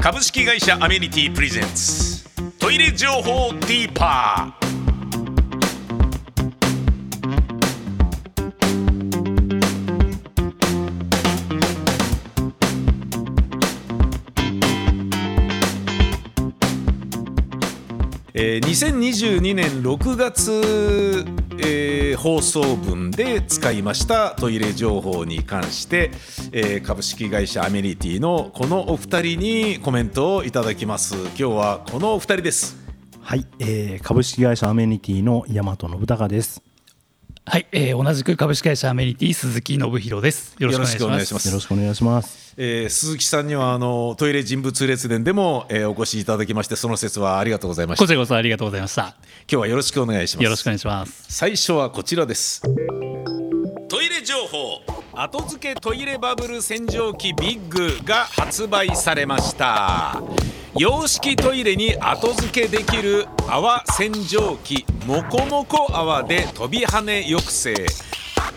株式会社アメニティプレゼンツトイレ情報ディーパーえー、2022年6月、えー放送分で使いましたトイレ情報に関して、えー株式会社アメニティのこのお二人にコメントをいただきます今日はこのお二人ですはい、えー株式会社アメニティの大和信孝です。はい、えー同じく株式会社アメニティ鈴木信弘です。よろしくお願いします。よろしくお願いします。えー鈴木さんにはあのトイレ人物列伝でも、えーお越しいただきましてその説はありがとうございましたこ今ちらこそありがとうございました。日はよろしくお願いしますよろしくお願いします。最初はこちらですトイレ情報後付けトイレバブル洗浄機ビッグが発売されました洋式トイレに後付けできる泡洗浄機モコモコ泡で飛び跳ね抑制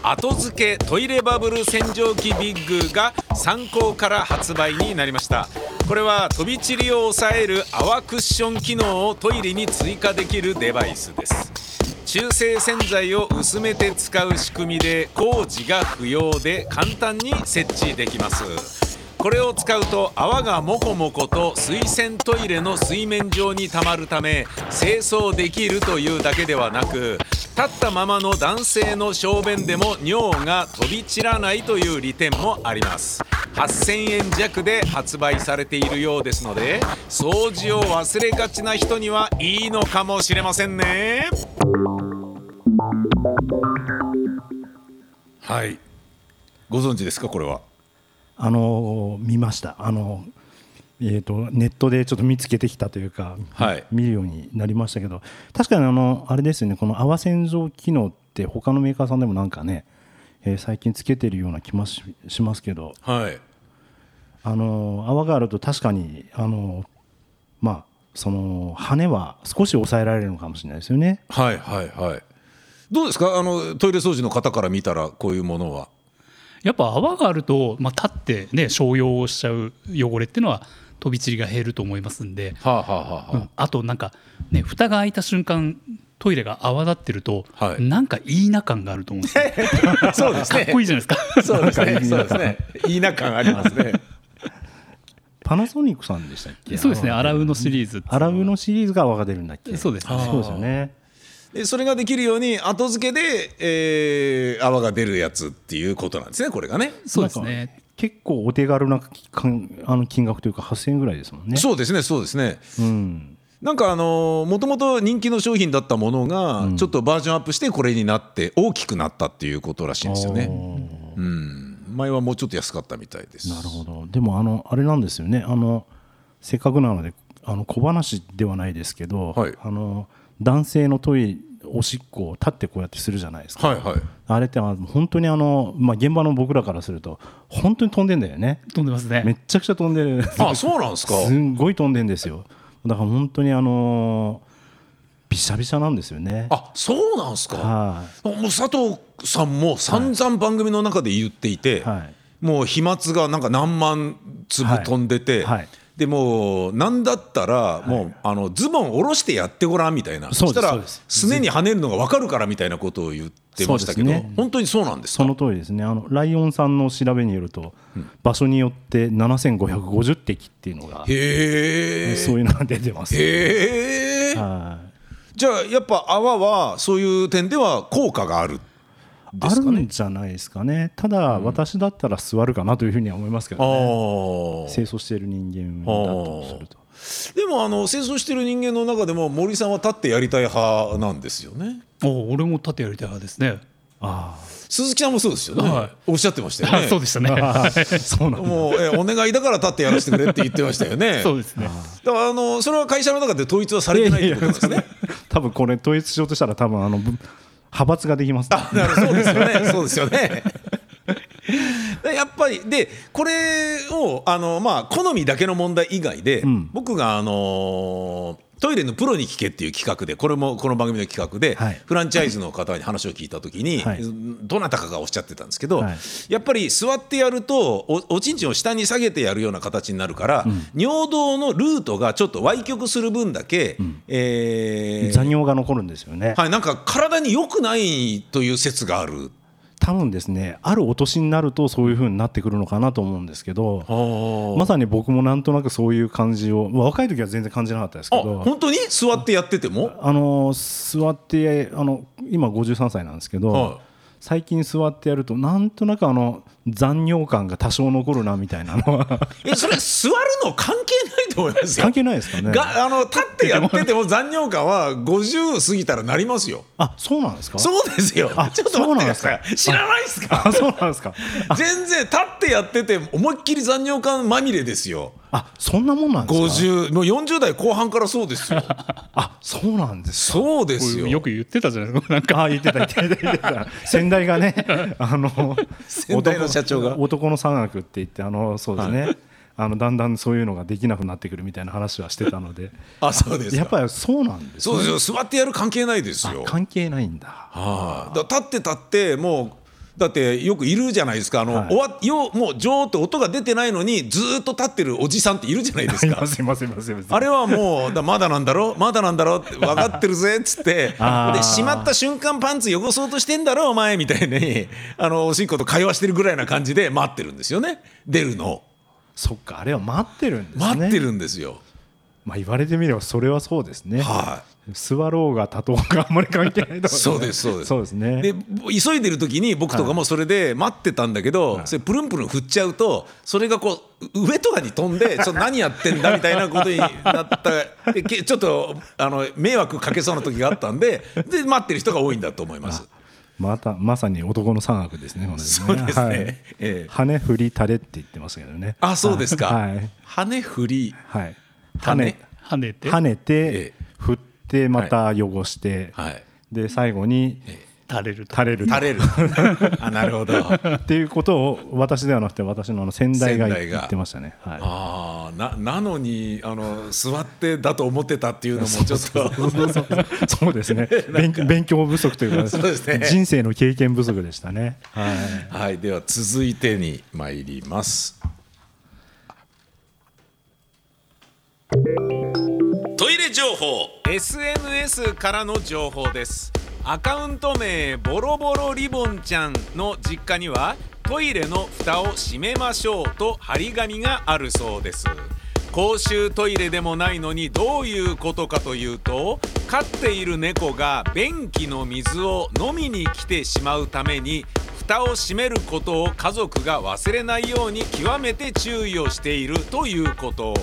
後付けトイレバブル洗浄機ビッグが参考から発売になりましたこれは飛び散りを抑える泡クッション機能をトイレに追加できるデバイスです中性洗剤を薄めて使う仕組みで工事が不要で簡単に設置できますこれを使うと泡がモコモコと水洗トイレの水面上にたまるため清掃できるというだけではなく立ったままの男性の小便でも尿が飛び散らないという利点もあります8000円弱で発売されているようですので掃除を忘れがちな人にはいいのかもしれませんねはい。ご存知ですかこれは。あのー見ました。あのーえっ、とネットでちょっと見つけてきたというか、はい見るようになりましたけど、確かにあのあれですよね。この泡洗浄機能って他のメーカーさんでもなんかね、えー最近つけてるような気もししますけど、はい。あのー泡があると確かにあのーまあその羽は少し抑えられるのかもしれないですよね。はいはいはい。どうですかあのトイレ掃除の方から見たらこういうものは。やっぱ泡があると、まあ、立ってね、商用をしちゃう汚れっていうのは飛び散りが減ると思いますんで、はあ、はあはあうはんあとなんかね、蓋が開いた瞬間、トイレが泡立ってると、はいなんかいいな感があると思うんですよ。 あ、そうですかっね。こいいじゃないですか。そうですね。そうですね。いいな感ありますね。パナソニックさんでしたっけ？そうですね、あアのラウのシリーズっていうのは。アラブのシリーズが泡が出るんだっけそうですねそうですよね でそれができるように後付けで、えー泡が出るやつっていうことなんですねこれがね。そうですね。結構お手軽な金あの金額というか8000円ぐらいですもんねそうですねそうですね。うんなんかあのもともと人気の商品だったものが、ちょっとバージョンアップしてこれになって大きくなったっていうことらしいんですよね。うん、前はもうちょっと安かったみたいです。なるほどでもあのあれなんですよねあのせっかくなのであの小話ではないですけど、はいあの男性のトイレおしっこを立ってこうやってするじゃないですか、はいはい。あれってあの本当にあの、まあ、現場の僕らからすると本当に飛んでんだよね飛んでますめねっ。ちゃくちゃ飛んでるあ、そうなんですか。すんごい飛んでんですよだから本当にあのーびしゃびしゃなんですよねあ、そうなんですか。はもう佐藤さんも散々番組の中で言っていて、いはいもう飛沫がなんか何万粒はい飛んでて、はいでもうなんだったらもう、あのズボン下ろしてやってごらんみたいな。そうですしたそらうですすねに跳ねるのがわかるからみたいなことを言ってましたけど、そうですね本当にそうなんですかそ。の通りですねあのライオンさんの調べによると、場所によって7550滴っていうのがへえ。そういうのが出てます、へえ。はいじゃあやっぱ泡はそういう点では効果がある。あるんじゃないですかねただ、私だったら座るかなというふうには思いますけあど、あ。ね、清掃している人間だとするとでもあの清掃してる人間の中でも森さんは立ってやりたい派なんですよねお俺も立てやりたい派ですね。あ鈴木さんもそうですよね、はおっしゃってましたよあね そうでしたね。あそうなんだもうえお願いだから立ってやらせてくれって言ってましたよね そうですね。だからあのそれは会社の中で統一はされてないってことですね多分これ統一しようとしたら多分あのぶ派閥ができます、ね、あなるほどそうですよ ねそうですよねでやっぱりでこれをあの、まあ、好みだけの問題以外で、僕があのトイレのプロに聞けっていう企画でこれもこの番組の企画で、はいフランチャイズの方に話を聞いた時に、はいどなたかがおっしゃってたんですけど、はいやっぱり座ってやるとおおちんちんを下に下げてやるような形になるから、尿道のルートがちょっと歪曲する分だけ、えー残尿が残るんですよね、はい、なんか体に良くないという説がある。多分ですねあるお年になるとそういう風になってくるのかなと思うんですけどまさに僕もなんとなくそういう感じを、まあ若い時は全然感じなかったですけあど本当に座ってやっててもあの座ってあの今53歳なんですけど、はい最近座ってやるとなんとなくあの残尿感が多少残るなみたいなのはえそれ座るの関係ないと思いますよ関係ないですかねがあの立ってやってても残尿感は50過ぎたらなりますよあそうなんですかそうですよあちょっと待ってくださいそうなんですか知らないですかあそうなんですか全然立ってやってて思いっきり残尿感まみれですよあそんなもんなんですか50もう40代後半からそうで すよあそうなんですそうでこうすいようよく言ってたじゃないですかなんかあ言ってた言ってた言ってた先代が ねあの先代の社長が男男の三悪って言ってあのそうですね、あのだんだんそういうのができなくなってくるみたいな話はしてたのであそうですかやっぱりそうなんですそうですよ座ってやる関係ないですよあ関係ないんだはいだから立って立ってもうだってよくいるじゃないですかあの、はい終わようもうジョーって音が出てないのにずーっと立ってるおじさんっているじゃないですい かま。せんいませんいませんいませんあれはもうだまだなんだろまだなんだろって分かってるぜっつってで あーしまった瞬間パンツ汚そうとしてんだろお前みたいにあのおしっこと会話してるぐらいな感じで待ってるんですよね出るのをそっかあれは待ってるんですね待ってるんですよ。まあ言われてみればそれはそうですねはい座ろうが立とうがあんまり関係ないところねそうですそうですそうですねで急いでる時に僕とかもそれで待ってたんだけど、それプルンプルン振っちゃうとそれがこう上とかに飛んでちょっと何やってんだみたいなことになったでけちょっとあの迷惑かけそうな時があったんでで待ってる人が多いんだと思います。またまさに男の三悪ですねこれねそうですねええ羽振り垂れって言ってますけどねあそうですか、はい羽振りはい跳ね跳ねて跳ねえてえ振ってまた汚して、はいで最後に垂れると垂れる垂れるあなるほどっていうことを私ではなくて私のあの先代が先代が言ってましたね、はあーななのにあの座ってだと思ってたっていうのもちょっとい、そうです ね勉勉強不足というかそうですね人生の経験不足でしたね、はい、はい、では続いてに参ります。トイレ情報 SNS からの情報ですアカウント名ボロボロリボンちゃんの実家にはトイレの蓋を閉めましょうと張り紙があるそうです公衆トイレでもないのにどういうことかというと飼っている猫が便器の水を飲みに来てしまうために蓋を閉めることを家族が忘れないように極めて注意をしているということ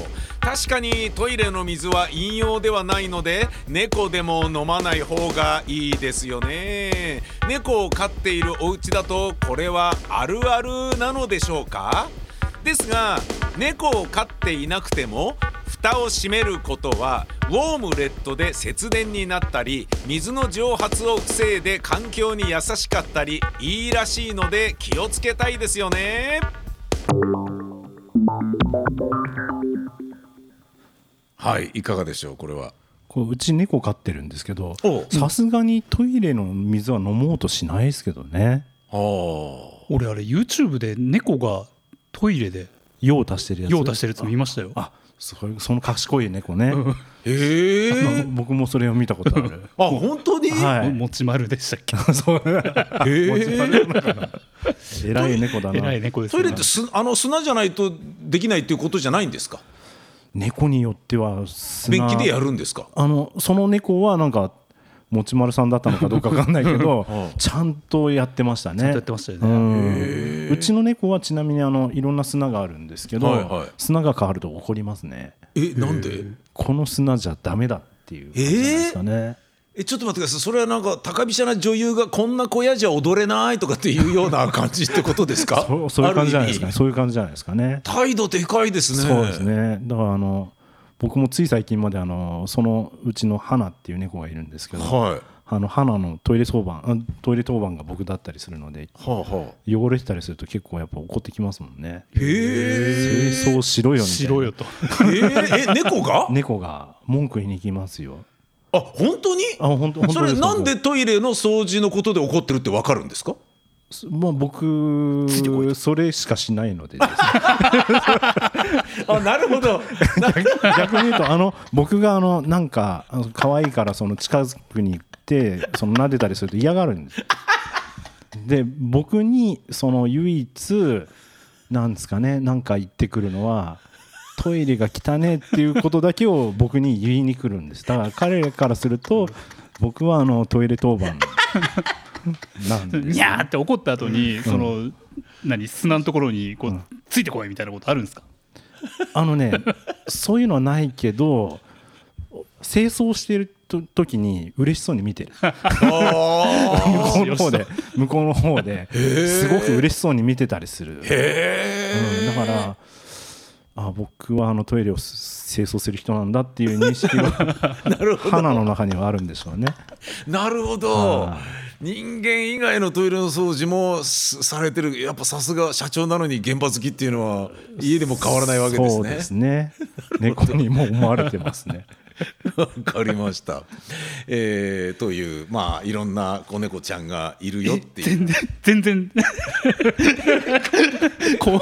確かにトイレの水は飲用ではないので猫でも飲まない方がいいですよね猫を飼っているお家だとこれはあるあるなのでしょうかですが猫を飼っていなくても蓋を閉めることはウォームレットで節電になったり水の蒸発を防いで環境に優しかったりいいらしいので気をつけたいですよねはいいかがでしょうこれはこううち猫飼ってるんですけどおうさすがにトイレの水は飲もうとしないですけどねあ俺あれ YouTube で猫がトイレで用を足してるやつ用を足してるやつ見ましたよあそれその賢い猫ね、へまあ僕もそれを見たことあるあ本当にはもい持ち丸でしたっけ そう偉い猫だな偉い猫ですトイねレってすあの砂じゃないとできないっていうことじゃないんですか猫によっては砂便器でやるんですかあのその猫はなんか持ち丸さんだったのかどうかわかんないけど ちゃんとやってましたねちゃんとやってましたよねうんうちの猫はちなみにあのいろんな砂があるんですけど、はいはい砂が変わると怒りますねえなんでこの砂じゃダメだっていう感じなんですかね、えちょっと待ってくださいそれはなんか高飛車な女優がこんな小屋じゃ踊れないとかっていうような感じってことですか そうそういう感じじゃないですかあねるそういう感じじゃないですかね意味態度でかいですねそうですねだからあの僕もつい最近まであのそのうちの花っていう猫がいるんですけどはあの花のトイレ当番あトイレ当番が僕だったりするのではあは汚れてたりすると結構やっぱ怒ってきますもんねへえ。清掃しろよみたしいなろよとええ 猫が？猫が文句言いに来ますよあ本当に？あ本当本当それすなんでトイレの掃除のことで怒ってるってわかるんですか？すまあ、僕それしかしないのでですね あなるほど。 逆に言うとあの僕があのなんかあの可愛いからその近くに行ってその撫でたりすると嫌がるんですで僕にその唯一なんですかねなんか言ってくるのはトイレが汚ねっていうことだけを僕に言いに来るんですだから彼からすると僕はあのトイレ当番なんですにゃーって怒った後にその何砂のところにこうついてこいみたいなことあるんですかあのねそういうのはないけど清掃してると時に嬉しそうに見て る向こうの方で向こうの方ですごく嬉しそうに見てたりする、うんだからあ僕はあのトイレを清掃する人なんだっていう認識が 花の中にはあるんでしょうね。なるほどは。人間以外のトイレの掃除もすされてるやっぱさすが社長なのに現場好きっていうのは家でも変わらないわけですそうねですね猫にも思われてますね。 わかりました、えーというまあいろんな子猫ちゃんがいるよっていう全然全然 こ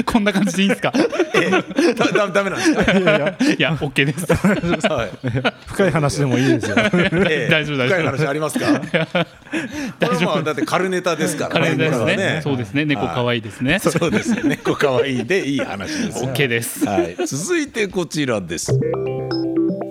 うこんな感じでいいんです かだだダメなんです か、いやいやいや OK ですはい深い話でもいい ですよ。ええ 大 丈夫大丈夫深い話ありますかこれはまあだって軽ネタですからカレンダーですねこれはそうですね猫可愛いですねそうですね猫可愛いでいい話 です OK ですはい、続いてこちらです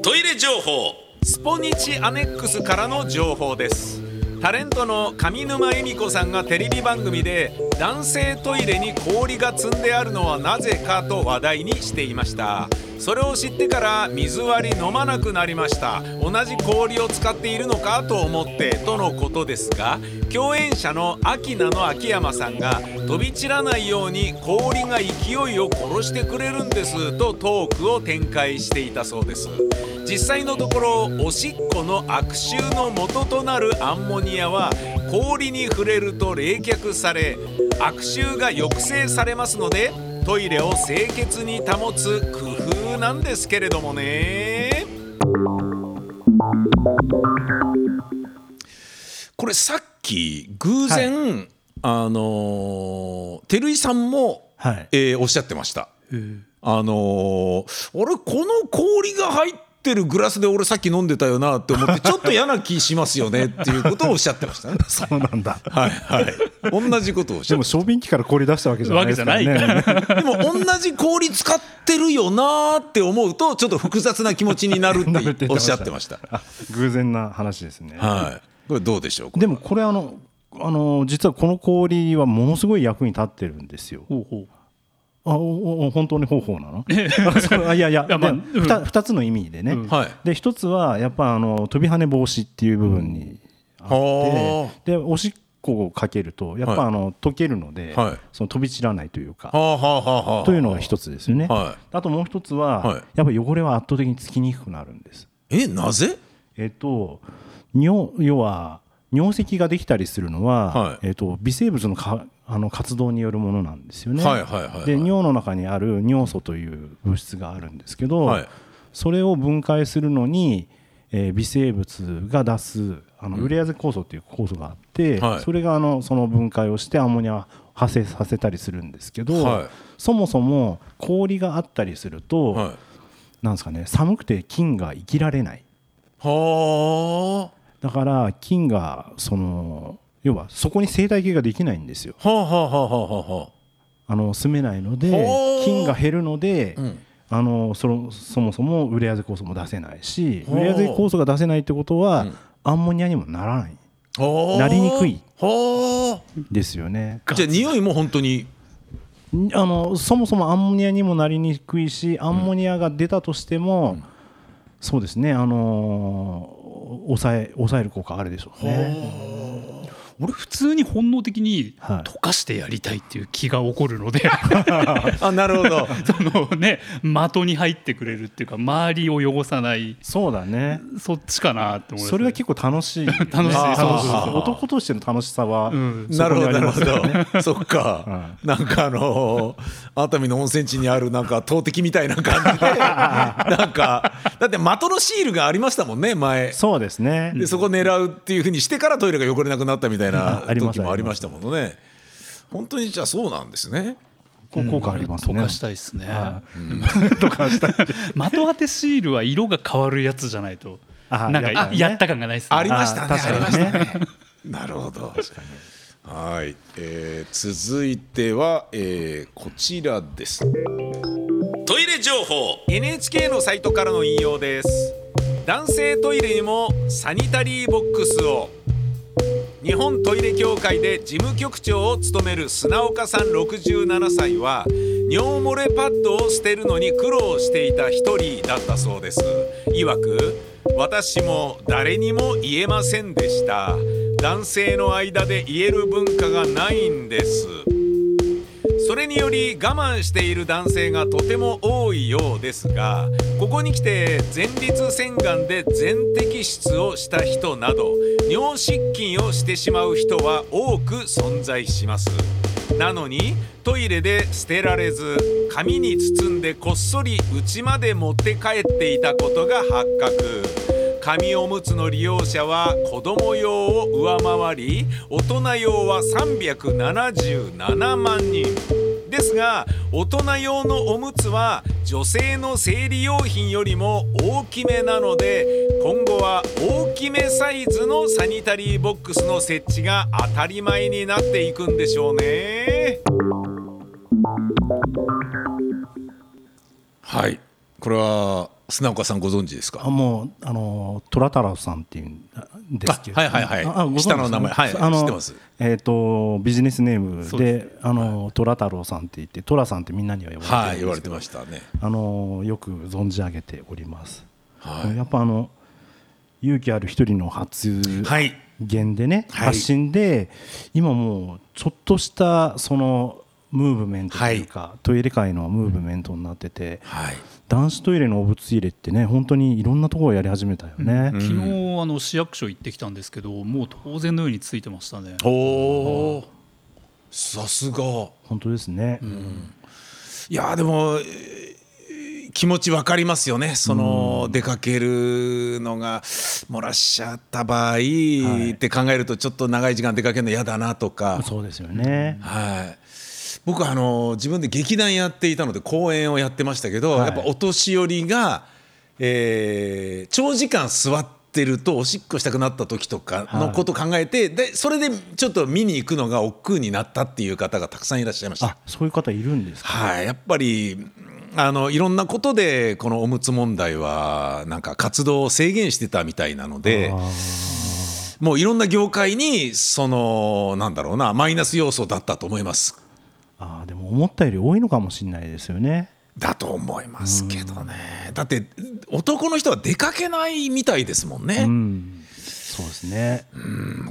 トイレ情報スポニチアネックスからの情報ですタレントの上沼恵美子さんがテレビ番組で男性トイレに氷が積んであるのはなぜかと話題にしていましたそれを知ってから水割り飲まなくなりました同じ氷を使っているのかと思ってとのことですが共演者の秋名の秋山さんが飛び散らないように氷が勢いを殺してくれるんですとトークを展開していたそうです実際のところおしっこの悪臭の元となるアンモニアは氷に触れると冷却され悪臭が抑制されますのでトイレを清潔に保つ工夫なんですけれどもねこれさっき偶然、あのー照井さんも、はいえーおっしゃってました。あのー、俺この氷が入ってるグラスで俺さっき飲んでたよなって思って ちょっと嫌な気しますよねっていうことをおっしゃってましたね。そうなんだ。はいはい、同じことをおっしでゃっもて小便器から氷出したわけじゃないですからわけじゃね。たでも同じ氷使ってるよなーって思うとちょっと複雑な気持ちになるっておっしゃってました。 あ偶然な話ですね。はい、これどうでしょうでもこれあのあの実はこの氷はものすごい役に立ってるんですよ。ほうほうあおお本当に方法なの？あそうあいやいや。 いやまあでうんふた二つの意味でね。はいで一つはやっぱあの飛び跳ね防止っていう部分にあはって、でおしっこをかけるとやっぱあの溶けるので、はいその飛び散らないというか。はあはあはあはあというのが一つですよね、はあともう一つは、はいやっぱ汚れは圧倒的につきにくくなるんですえなぜえっと尿要は尿石ができたりするのは、はいえっと微生物のかあの活動によるものなんですよね。はいはいはいはいで尿の中にある尿素という物質があるんですけど、はいそれを分解するのに、えー微生物が出すあのウレアゼ酵素という酵素があって、はいそれがあのその分解をしてアンモニアを発生させたりするんですけど、はいそもそも氷があったりすると、はいなんですかね寒くて菌が生きられない。はあだから菌がその要はそこに生態系ができないんですよはあはあはあはあはああの住めないのでほう菌が減るので、んあのそのそもそもウレアゼ酵素も出せないしほウうレアゼ酵素が出せないってことは、アンモニアにもならないんはあなりにくいはですよねあじゃあ匂いも本当にんあのそもそもアンモニアにもなりにくいしアンモニアが出たとしても、そうですねあの抑え抑える効果あるでしょうね俺普通に本能的にはい溶かしてやりたいっていう気が起こるので、あなるほど そのね的に入ってくれるっていうか周りを汚さないそうだねそっちかなって思いますねそれは結構楽しい楽しい 楽しいあー楽しそうそうそいう男としての楽しさは、う んそなるこほにどありなるまほすよね どそっかなんかあのー熱海の温泉地にあるなんか投擲みたいな感じ でなんかだって的のシールがありましたもんね前そうですねでそこ狙うっていうふうにしてからトイレが汚れなくなったみたいなうん あります時もありましたもんね本当にじゃあそうなんですねこう効果ありますね、溶かしたいですね、は 溶かしたい的当てシールは色が変わるやつじゃないとあなんかやっぱりねやった感がないですねありましたねあーあ確りかまにしねたねなるほどはい、えー続いては、えーこちらですトイレ情報 NHK のサイトからの引用です男性トイレにもサニタリーボックスを日本トイレ協会で事務局長を務める砂岡さん67歳は尿漏れパッドを捨てるのに苦労していた一人だったそうですいわく私も誰にも言えませんでした男性の間で言える文化がないんですそれにより我慢している男性がとても多いようですがここに来て前立腺がんで全摘出をした人など尿失禁をしてしまう人は多く存在しますなのにトイレで捨てられず紙に包んでこっそり家まで持って帰っていたことが発覚紙おむつの利用者は子供用を上回り大人用は377万人ですが大人用のおむつは女性の生理用品よりも大きめなので今後は大きめサイズのサニタリーボックスの設置が当たり前になっていくんでしょうねはいこれは砂岡さんご存知ですかあもうあのトラタラさんっていうんですけどあはいはいはいああご存知です下の名前はいあの知ってますえっ、とビジネスネームそうでですあの、トラ太郎さんって言ってトラさんってみんなには呼ばれてるんはいです言われてましたねあのよく存じ上げております、はいやっぱあの勇気ある一人の発はい言でね、はい発信で今もうちょっとしたそのムーブメントというか、トイレ界のムーブメントになってて、はい男子トイレのお物入れってね本当にいろんなところをやり始めたよね、昨日あの市役所行ってきたんですけどもう当然のようについてましたねおおさすが本当ですね、いやーでもえー気持ち分かりますよねその出かけるのが漏らしちゃった場合って考えるとちょっと長い時間出かけるの嫌だなとか、そうですよね、はい、僕はあの自分で劇団やっていたので公演をやってましたけど、はいやっぱお年寄りが、えー長時間座ってるとおしっこしたくなった時とかのことを考えて、でそれでちょっと見に行くのが億劫になったっていう方がたくさんいらっしゃいましたあ。そういう方いるんですかはい、やっぱりうんあのいろんなことでこのおむつ問題はなんか活動を制限してたみたいなのであーもういろんな業界にそのなんだろうなマイナス要素だったと思いますあーでも思ったより多いのかもしれないですよねだと思いますけどねだって男の人は出かけないみたいですもんね、うんそうですね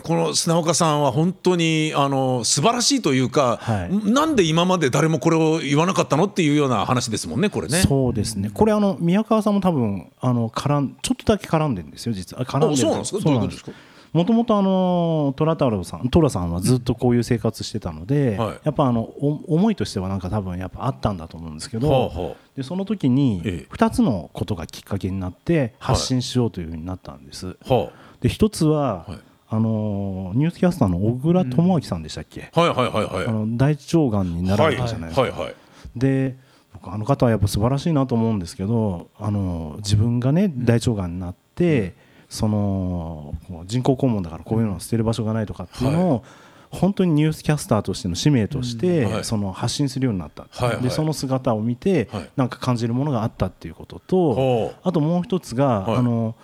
この砂岡さんは本当にあの素晴らしいというか、はいなんで今まで誰もこれを言わなかったのっていうような話ですもんねこれね。そうですねこれあの宮川さんも多分あの絡んちょっとだけ絡んでるんですよ実はあ絡んでるあそうなんですかどういうことですかもともとあのトラ太郎さんトラさんはずっとこういう生活してたので、はいやっぱあのお思いとしてはなんか多分やっぱあったんだと思うんですけど、ほうほうでその時にええ2つのことがきっかけになって発信しようというふうになったんです、はで1つは、はいあのニュースキャスターの小倉智明さんでしたっけ、あはいはいはいはいあの大腸がんになられたじゃないですか、はいはいはいで僕あの方はやっぱ素晴らしいなと思うんですけどあの自分がね大腸がんになって、そのこう人工肛門だからこういうのを捨てる場所がないとかっていうのを、本当にニュースキャスターとしての使命として、うんはいその発信するようになった、はいはいでその姿を見て、はいなんか感じるものがあったっていうことと、ほうあともう一つが、はいあの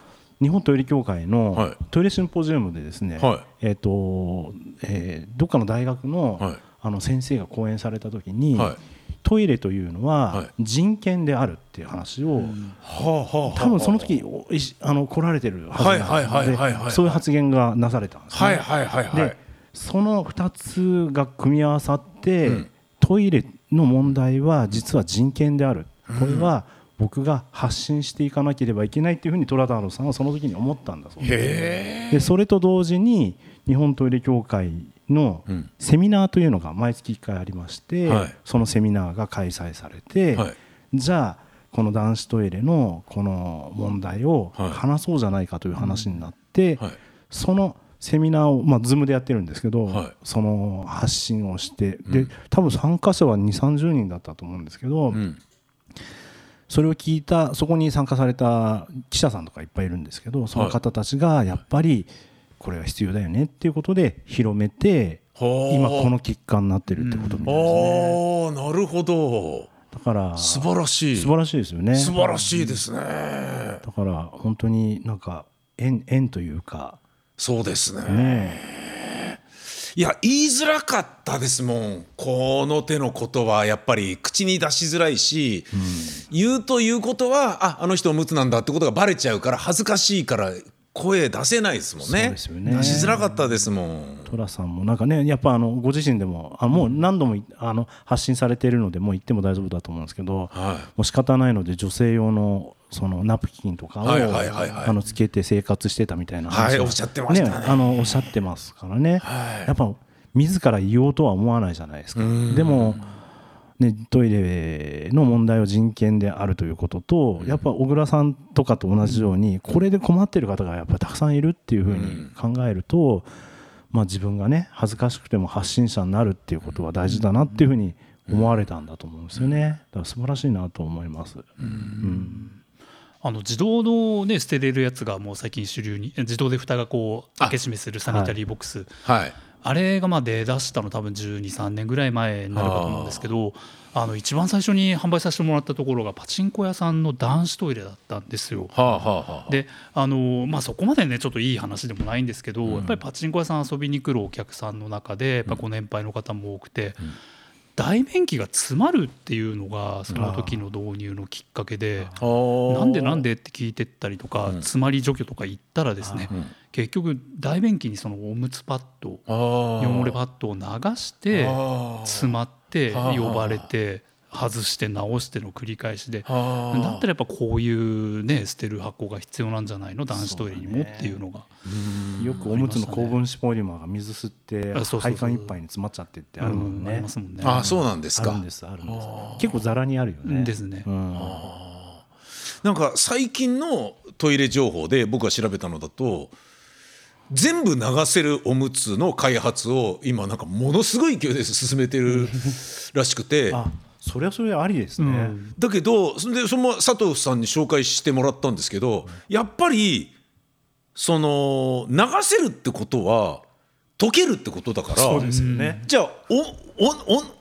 日本トイレ協会はのいトイレシンポジウムでですね、はえっ、と、えーどっかの大学の、はいあの先生が講演された時に、はいトイレというのははい人権であるっていう話を、はあはあ多分その時おいしあの来られてるはずなはいはいはいはいはいんでそういう発言がなされたんですね。はいはいはいはいでその2つが組み合わさって、うんトイレの問題は実は人権である、これは僕が発信していかなければいけないっていうふうにトラタロさんはその時に思ったんだそうですへえでそれと同時に日本トイレ協会のうんセミナーというのが毎月1回ありまして、はいそのセミナーが開催されて、はいじゃあこの男子トイレのこの問題をはい話そうじゃないかという話になって、はいそのセミナーを、まあ、Zoom でやってるんですけど、はいその発信をしてうでん多分参加者は2 3 0人だったと思うんですけど、うんそれを聞いたそこに参加された記者さんとかいっぱいいるんですけどその方たちがやっぱりこれは必要だよねっていうことで広めてはあ今この結果になってるってことみたいですねああなるほどだから素素晴らしい晴らしいですよね素晴らしいですねだから本当になんか縁縁というかそうですねねいや言いづらかったですもんこの手のことはやっぱり口に出しづらいし、言うということはああの人おむつなんだってことがバレちゃうから恥ずかしいから声出せないですもんねそうですよね出しづらかったですもん寅さんもなんかねやっぱあのご自身でもあもう何度もいあの発信されているのでもう言っても大丈夫だと思うんですけど、はもう仕方ないので女性用のそのナプキンとかをはいはいはいはいあのつけて生活してたみたいな話はいがおっしゃってましたねあのおっしゃってますからね、はいやっぱ自ら言おうとは思わないじゃないですかでも、ね、トイレの問題は人権であるということとやっぱ小倉さんとかと同じようにこれで困ってる方がやっぱりたくさんいるっていうふうに考えると、まあ、自分がね恥ずかしくても発信者になるっていうことは大事だなっていうふうに思われたんだと思うんですよね。だから素晴らしいなと思います。あの自動の、ね、捨てれるやつがもう最近主流に自動で蓋がこう開け閉めするサニタリーボックス、いはいあれがまあ出だしたの多分1 2 3年ぐらい前になるかと思うんですけどあの一番最初に販売させてもらったところがパチンコ屋さんの男子トイレだったんですよ。はあはあはあであのまあ、そこまでねちょっといい話でもないんですけど、やっぱりパチンコ屋さん遊びに来るお客さんの中でやっぱご年配の方も多くて、大便器が詰まるっていうのがその時の導入のきっかけで。ななんでなんででって聞いてったりとか、うん詰まり除去とか言ったらですね、結局大便器にそのおむつパッド汚汚れパッドを流して詰まってあー呼ばれて外して直しての繰り返しでだっただらやっぱこういうね捨てる箱が必要なんじゃないの男子トイレにもっていうのがよくおむつの高分子ポリマーが水吸ってあそうそうそう配管いっぱいに詰まっちゃってってあるもんうんありねま。すもんね。あそうなんですあるかんですあるんです。結構ザラにあるよね。ですねうんなんか最近のトイレ情報で僕が調べたのだと全部流せるおむつの開発を今なんかものすごい勢いで進めてるらしく てあそれはそれでありですうね。んだけどそんでその佐藤さんに紹介してもらったんですけどやっぱりその流せるってことは溶けるってことだからすよね。じゃあおお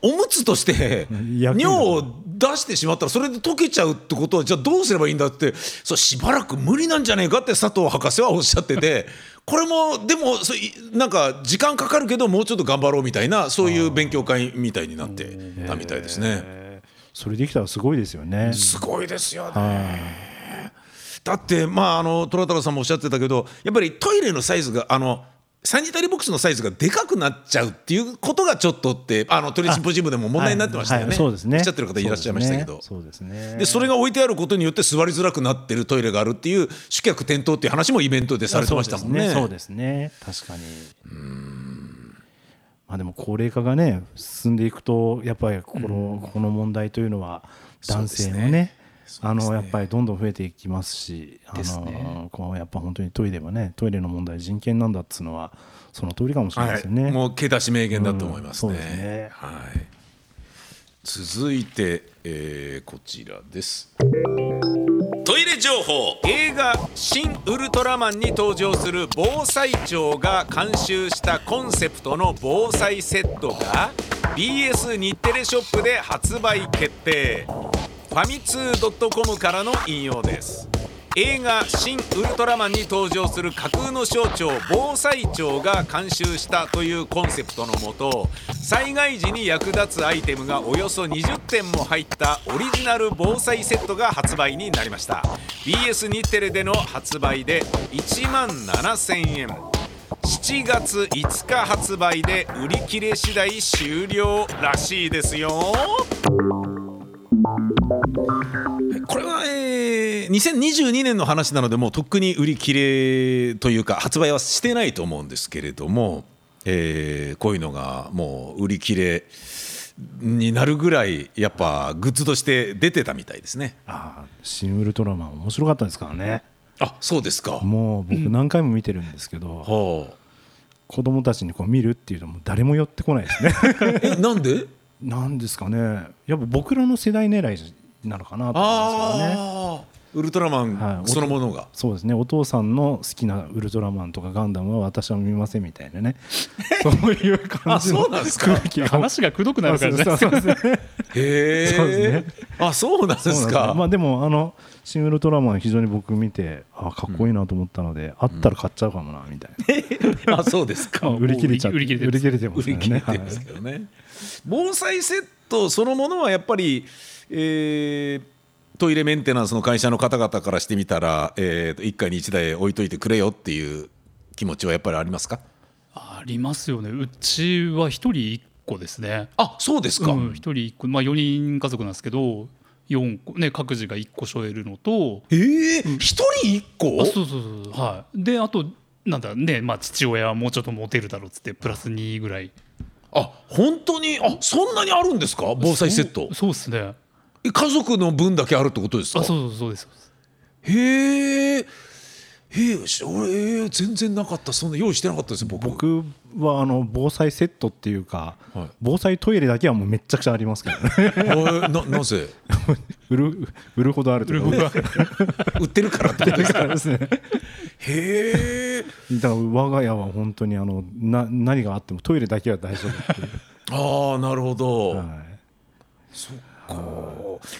おおむつとしてん尿役に立たないを出してしまったらそれで溶けちゃうってことはじゃあどうすればいいんだってそうしばらく無理なんじゃねえかって佐藤博士はおっしゃっ ててこれもでもそういなんか時間かかるけどもうちょっと頑張ろうみたいなそういう勉強会みたいになってたみたいですね。えーそれできたらすごいですよね。すごいですよねはいだってまああの虎太郎さんもおっしゃってたけどやっぱりトイレのサイズがあのサニタリーボックスのサイズがでかくなっちゃうっていうことがちょっとってあのトリチンポジムでも問題になってましたよね。はいそうですね。おっしゃってる方いらっしゃいましたけど。そうですね。でそれが置いてあることによって座りづらくなってるトイレがあるっていう主客転倒っていう話もイベントでされてましたもんね。そうですね。そうですね確かに。まあでも高齢化がね進んでいくとやっぱりこのこの問題というのは男性のそうですねね。あのやっぱりどんどん増えていきますし、あですのねこうやっぱ本当にトイレはねトイレの問題人権なんだっつうのはその通りかもしれないはですい、よね。もうけ出し名言だと思いますね。うんそうですねはい。続いて、えーこちらです。トイレ情報映画「シン・ウルトラマン」に登場する防災庁が監修したコンセプトの防災セットが BS 日テレショップで発売決定ファミツー .com からの引用です映画「シン・ウルトラマン」に登場する架空の省庁防災庁が監修したというコンセプトのもと災害時に役立つアイテムがおよそ20点も入ったオリジナル防災セットが発売になりました BS 日テレでの発売で1万7000円7月5日発売で売り切れ次第終了らしいですよこれは、えー2022年の話なのでもうとっくに売り切れというか発売はしてないと思うんですけれども、えーこういうのがもう売り切れになるぐらいやっぱグッズとして出てたみたいですねああ新ウルトラマン面白かったですからねあそうですか、もう僕何回も見てるんですけど、は子供たちにこう見るっていうのも誰も寄ってこないですねあ、えなんでなんですかねやっぱ僕らの世代狙いなのかなと思うんですよねああ、ウルトラマはンいそのものが、そうですねお父さんの好きなウルトラマンとかガンダムは私は見ませんみたいなねそういう感じあのそうなんですか空気が話がくどくなるからじゃないですかそうそうそうへえそうですねあそうなんでそうなんすですかねまあでもあの「シン・ウルトラマン」非常に僕見てあかっこいいなと思ったので、あったら買っちゃうかもなみたいあそうですな、か売り切れちゃって売り切れてまてます売すよりね切れてますけどね、防災セットそのものはやっぱり、えートイレメンテナンスの会社の方々からしてみたら、えーと一家に一台置いといてくれよっていう気持ちはやっぱりありますかありますよねうちは一人一個ですねあそうですか、うん、1人1個、まあ、4人家族なんですけど4個、ね、各自が1個しょえるのとええ一人一個あそうそうそうそうはいであとなんだね、まあ、父親はもうちょっとモテるだろうっつってプラス2ぐらいあ本当にあそんなにあるんですか防災セットそうですねあえ家族の分だけあるってことですそかうそうそうですそうですへえ。へえ、し俺、えー全然なかった、そんな用意してなかったですよ、僕。僕はあの防災セットっていうか、はい防災トイレだけはもうめっちゃくちゃありますけどねえーな、な ぜ。売る売るほどあるというか売ってるからって。 だからですねだかへ え。ら我が家は本当にあのな何があってもトイレだけは大丈夫 っていう、ああ、なるほど。はい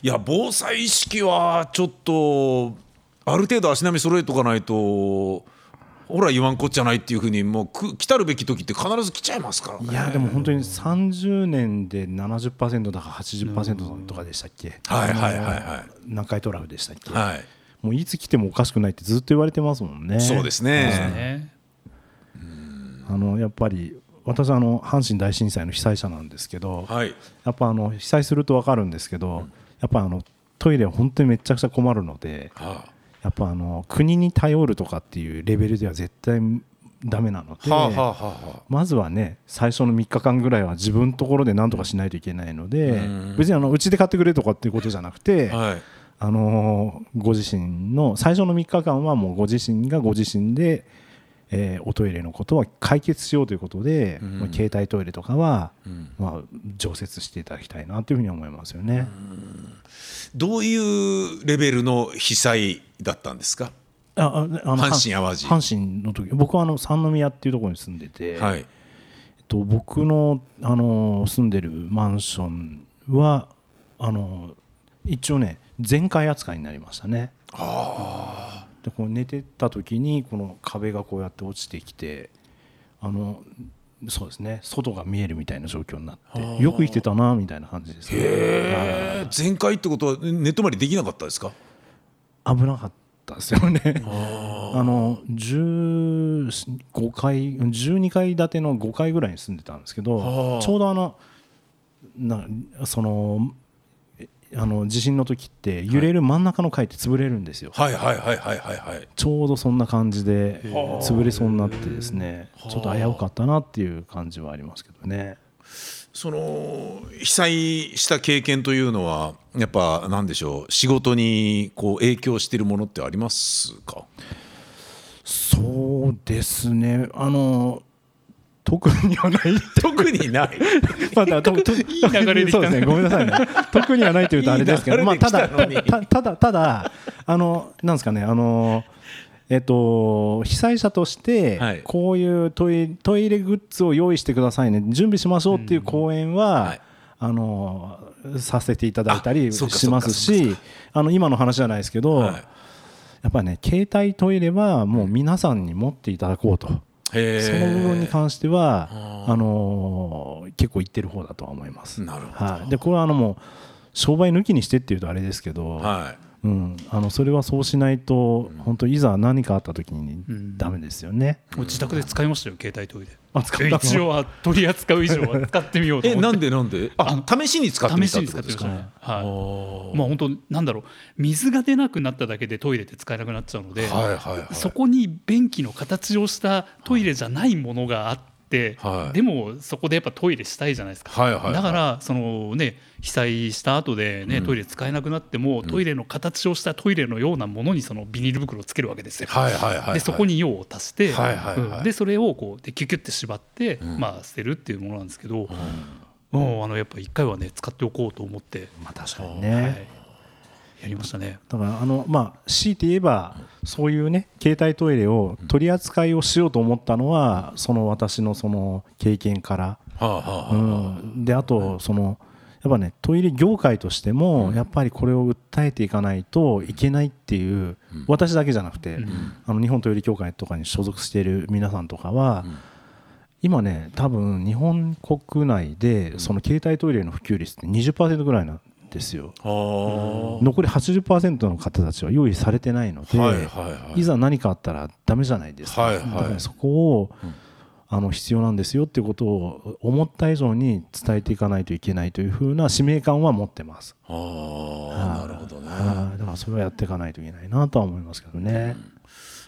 いや、防災意識は、ちょっと。ある程度足並み揃えとかないと。ほら、言わんこっちゃないっていうふうに、もう、く、来たるべき時って、必ず来ちゃいますからいね。やでも本当に30年で70%だか80%とかでしたっけ、はい、はい、はい、は南海トラフでしたっけ、い。はい。もういつ来てもおかしくないってずっと言われてますもんね。そうですね。ねあのやっぱり私あの阪神大震災の被災者なんですけど、はい。やっぱあの被災すると分かるんですけど、やっぱあのトイレは本当にめちゃくちゃ困るのではやっぱあの国に頼るとかっていうレベルでは絶対ダメなのあ。で、はあ、はあ、はあはあ。まずはね最初の3日間ぐらいは自分のところで何とかしないといけないので、うん別にあのうちで買ってくれとかっていうことじゃなくて、はい。あのーご自身の最初の3日間はもうご自身がご自身で、えーおトイレのことは解決しようということで、うんまあ携帯トイレとかは、うんまあ、常設していただきたいなというふうに思いますよね。どういうレベルの被災だったんですか。あああの阪神淡路阪神の時僕はあの三宮っていうところに住んでて、はえっい。と、僕の、あのー住んでるマンションはあのー一応ね全壊扱いになりましたね。でこう寝てた時にこの壁がこうやって落ちてきてあのそうですね外が見えるみたいな状況になってよく生きてたなみたいな感じです、ね、え全開ってことは寝泊まりできなかったですか。危なかったですよねあの15階12階建ての5階ぐらいに住んでたんですけはどあちょうどあのなそのえあの地震の時って揺れる真ん中の階って潰れるんですよ、はいはいはいはいはいはい。ちょうどそんな感じで潰れそうになってですねちょっと危うかったなっていう感じはありますけどねその被災した経験というのはやっぱなんでしょう仕事にこう影響しているものってありますか。そうですねあの特にはない 特にない。 まだとといい流れできそうたねですねごめんなさいね特にはないというとあれですけどいい流まれあで来たただのにたたただただあのなんですかねあのえっと、被災者としてはいこういうトイ,、トイレグッズを用意してくださいね準備しましょうっていう講演は、はいあのさせていただいたありそうかしますそうしあの今の話じゃないですけど、はいやっぱりね携帯トイレはもう皆さんに持っていただこうと、へその部分にえ。関してはああの結構言ってる方だとは思います。なるほどはい、でこれはあのもう商売抜きにしてっていうとあれですけど、はうん、あのそれはそうしないと本当いざ何かあった時にんダメですよね。もう自宅で使いましたよ携帯トイレあ使ったの一応は取り扱う以上は使ってみようとえ思なってんでなんであ試しに使ってみ試たしってにこ使ってみまとですしかたね、あはいーまあ本当なんだろう水が出なくなっただけでトイレって使えなくなっちゃうので、はいはいはいそこに便器の形をしたトイレじゃないものがあって、はいでもそこでやっぱトイレしたいじゃないですか、はいはいはいだからそのね被災した後でね、トイレ使えなくなってもトイレの形をしたトイレのようなものにそのビニール袋をつけるわけですよ。はいはいはいはいでそこに用を足して、はいはいはいうんでそれをこうでキュキュって縛って、まあ、捨てるっていうものなんですけど、もうあのやっぱ一回はね使っておこうと思って、まあ確かにはいね。、やりましたね。だからあのまあ強いて言えばそういうね携帯トイレを取り扱いをしようと思ったのはその私のその経験から。はあはあはあうん、であとそのやっぱねトイレ業界としてもやっぱりこれを訴えていかないといけないっていう私だけじゃなくてあの日本トイレ協会とかに所属している皆さんとかは今ね多分日本国内でその携帯トイレの普及率って20%ぐらいなんですよ。は残り80%の方たちは用意されてないのあで、はいはいはいいざ何かあったらダメじゃないですか、はいはいだからそこを、あの必要なんですよっていうことを思った以上に伝えていかないといけないというふうな使命感は持ってます、あーなるほどねはいだからそれはやっていかないといけないなとは思いますけどね、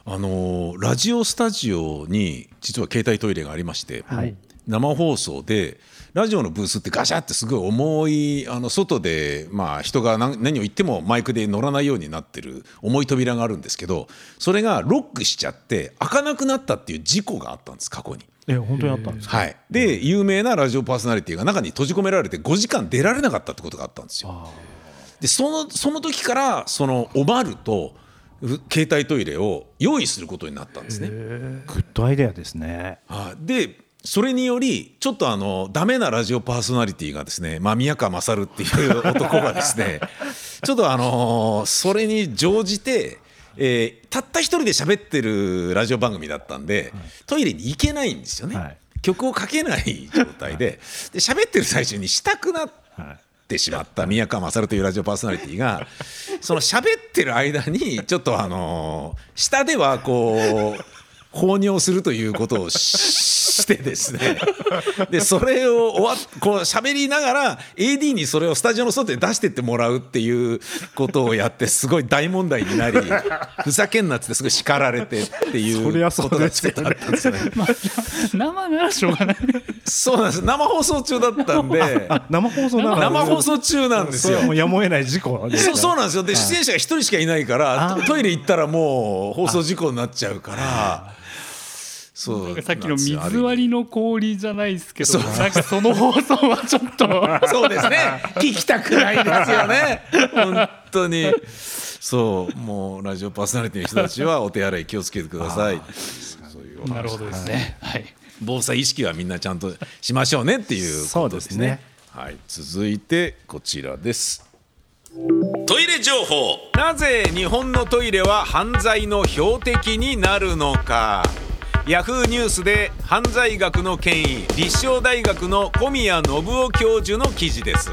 あのーラジオスタジオに実は携帯トイレがありまして、はい生放送でラジオのブースってガシャってすごい重いあの外で、まあ、人が何何を言ってもマイクで乗らないようになってる重い扉があるんですけどそれがロックしちゃって開かなくなったっていう事故があったんです過去に。え本当にあったんですか、はい、で有名なラジオパーソナリティが中に閉じ込められて5時間出られなかったってことがあったんですよ。でそのその時からそのオマルとう携帯トイレを用意することになったんですね。グッドアイデアですねはいでそれによりちょっとあのダメなラジオパーソナリティがですね、まあ、宮川勝っていう男がで すねちょっとあのそれに乗じて、えーたった一人で喋ってるラジオ番組だったんでトイレに行けないんですよね、はい曲をかけない状態でで喋ってる最中にしたくなっはいってしまった宮川勝というラジオパーソナリティがその喋ってる間にちょっとあの下ではこう放尿するということをししてですねでそれを終わっこう喋りながら AD にそれをスタジオの外で出してってもらうっていうことをやってすごい大問題になりふざけんなっつってすごい叱られてっていうそりゃそうことがでちすょよっとあったんですよね。まあ、生ならしょうがない。そうなんです生放送中だったん であ生放送なら生放送中なんですそれよは。もうやむを得ない事故ですねそうそうなんですよで出演者が1人しかいないからトイレ行ったらもう放送事故になっちゃうからそうさっきのなんです水よ割りの氷じゃないですけど、そうなんかその放送はちょっ と。ある意味そ うですね聞きたくないですよね本当にそうもうラジオパーソナリティの人たちはお手洗い気をつけてくださいそういうなるほどですね。はい。防災意識はみんなちゃんとしましょうねっていうことですそうですねねはい、続いてこちらですトイレ情報なぜ日本のトイレは犯罪の標的になるのかヤフーニュースで犯罪学の権威立正大学の小宮信夫教授の記事です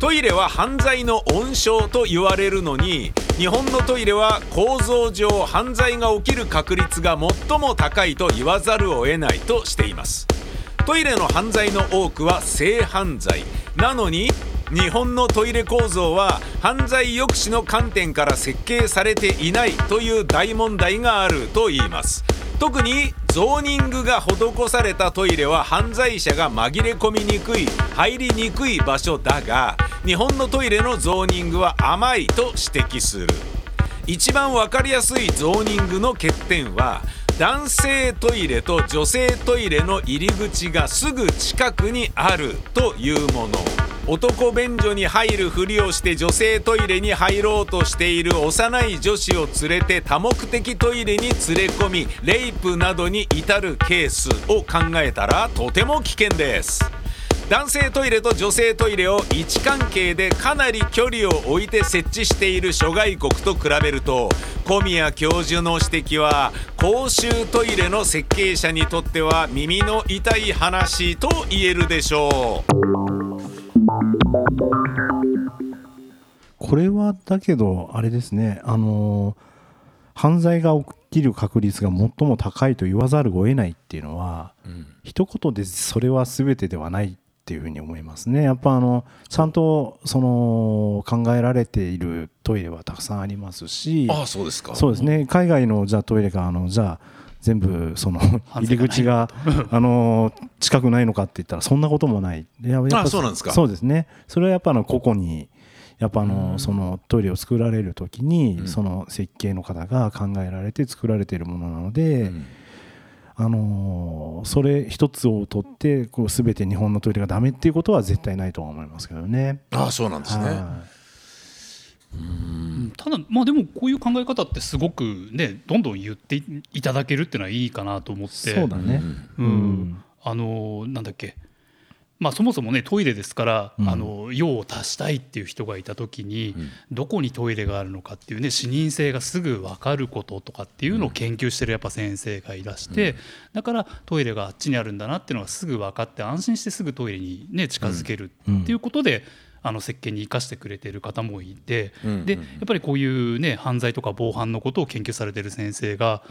トイレは犯罪の温床と言われるのに日本のトイレは構造上犯罪が起きる確率が最も高いと言わざるを得ないとしていますトイレの犯罪の多くは性犯罪なのに日本のトイレ構造は犯罪抑止の観点から設計されていないという大問題があると言います特にゾーニングが施されたトイレは犯罪者が紛れ込みにくい入りにくい場所だが日本のトイレのゾーニングは甘いと指摘する一番わかりやすいゾーニングの欠点は男性トイレと女性トイレの入り口がすぐ近くにあるというもの男便所に入るふりをして女性トイレに入ろうとしている幼い女子を連れて多目的トイレに連れ込みレイプなどに至るケースを考えたらとても危険です男性トイレと女性トイレを位置関係でかなり距離を置いて設置している諸外国と比べると小宮教授の指摘は公衆トイレの設計者にとっては耳の痛い話と言えるでしょうここれはだけどあれですねあの犯罪が起きる確率が最も高いと言わざるを得ないっていうのはうん一言でそれは全てではないっていうふうに思いますねやっぱあのちゃんとその考えられているトイレはたくさんありますしああそうですかそうですね海外のじゃあトイレがあのじゃあ全部その入り口 があの近くないのかって言ったらそんなこともないでやっぱあそうなんですかそうですねそれはやっぱあの個々にやっぱあうんのそのトイレを作られる時うんにその設計の方が考えられて作られているものなのうでんあのそれ一つを取ってこう全て日本のトイレがダメっていうことは絶対ないとは思いますけどね。ああそうなんですねはいうんただまあでもこういう考え方ってすごくねどんどん言っていただけるっていうのはいいかなと思ってそうだうね、んうんうんあのなんだっけまあそもそもねトイレですから、うんあの用を足したいっていう人がいた時に、うんどこにトイレがあるのかっていうね視認性がすぐ分かることとかっていうのを研究してるやっぱ先生がいらして、だからトイレがあっちにあるんだなっていうのがすぐ分かって安心してすぐトイレにね近づけるっていうことで、あの設計に生かしてくれてる方もいて、うんでうやんっぱりこういうね犯罪とか防犯のことを研究されてる先生が、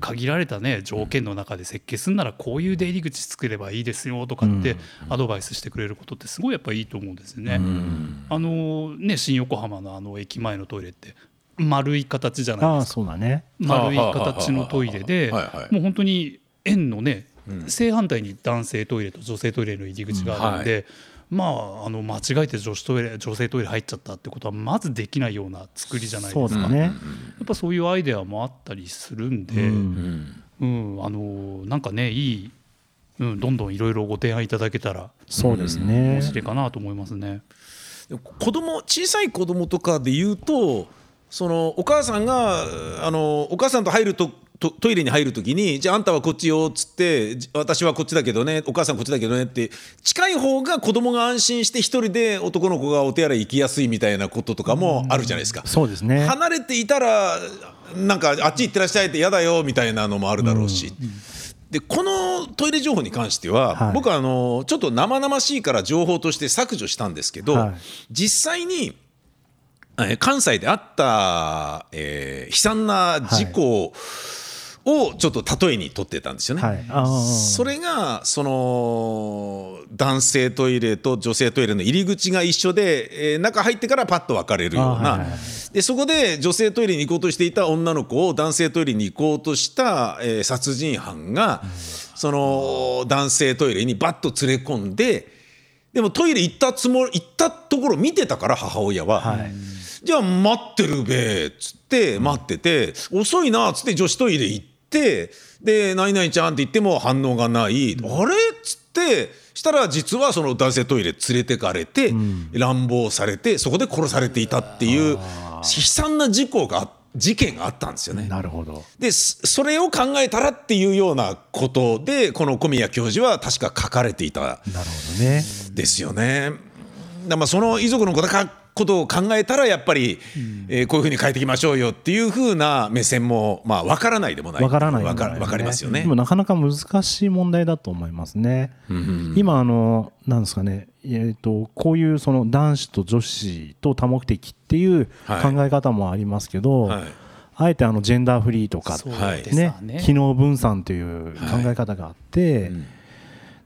限られたね条件の中で設計するならこういう出入り口作ればいいですよとかってアドバイスしてくれることってすごいやっぱいいと思うんですよね。うんあのね新横浜のあの駅前のトイレって丸い形じゃないあであすかそうだね丸い形のトイレではいはいもう本当に円のね、うん正反対に男性トイレと女性トイレの入り口があるんで、まああの間違えて女子トイレ女性トイレ入っちゃったってことはまずできないような作りじゃないですかそうだね、やっぱそういうアイデアもあったりするんで、ううんんうんあのなんかねいい、うん、どんどんいろいろご提案いただけたらそうですね面。白いかなと思いますね。でも子供小さい子供とかで言うとそのお母さんがあのお母さんと入るととトイレに入るときにじゃああんたはこっちよっつってじ私はこっちだけどねお母さんこっちだけどねって近い方が子供が安心して一人で男の子がお手洗い行きやすいみたいなこととかもあるじゃないですか。そうですね。離れていたらなんかあっち行ってらっしゃいって嫌だよみたいなのもあるだろうし、でこのトイレ情報に関しては、はい僕はあのちょっと生々しいから情報として削除したんですけど、はい実際にえー関西であった、えー悲惨な事故をちょっと例えにとってたんですよね。はい。あそれがその男性トイレと女性トイレの入り口が一緒で、えー中入ってからパッと分かれるような、あはいはいはいでそこで女性トイレに行こうとしていた女の子を男性トイレに行こうとした、えー殺人犯が、その男性トイレにバッと連れ込んででもトイレ行ったつもり行ったところ見てたから母親は。あはい。じゃあ待ってるべっつって待ってて、遅いなっつって女子トイレ行ってで「何々ちゃん」って言っても反応がない、あれっつってしたら実はその男性トイレ連れてかれて、乱暴されてそこで殺されていたっていう悲惨な事故が事件があったんですよね。なるほど。でそそれを考えたらっていうようなことでこの小宮教授は確か書かれていたなるほどね。ですよね。だまあその遺族のことかことを考えたらやっぱり、えーこういうふうに変えていきましょうよっていうふうな目線もまあ分からないでもないわからないわかわかりますよね。でもなかなか難しい問題だと思いますね。今あのなんですかね。えっとこういうその男子と女子と多目的っていうはい考え方もありますけど、はいあえてあのジェンダーフリーとかそうはいでねす、機能分散という考え方があって、ん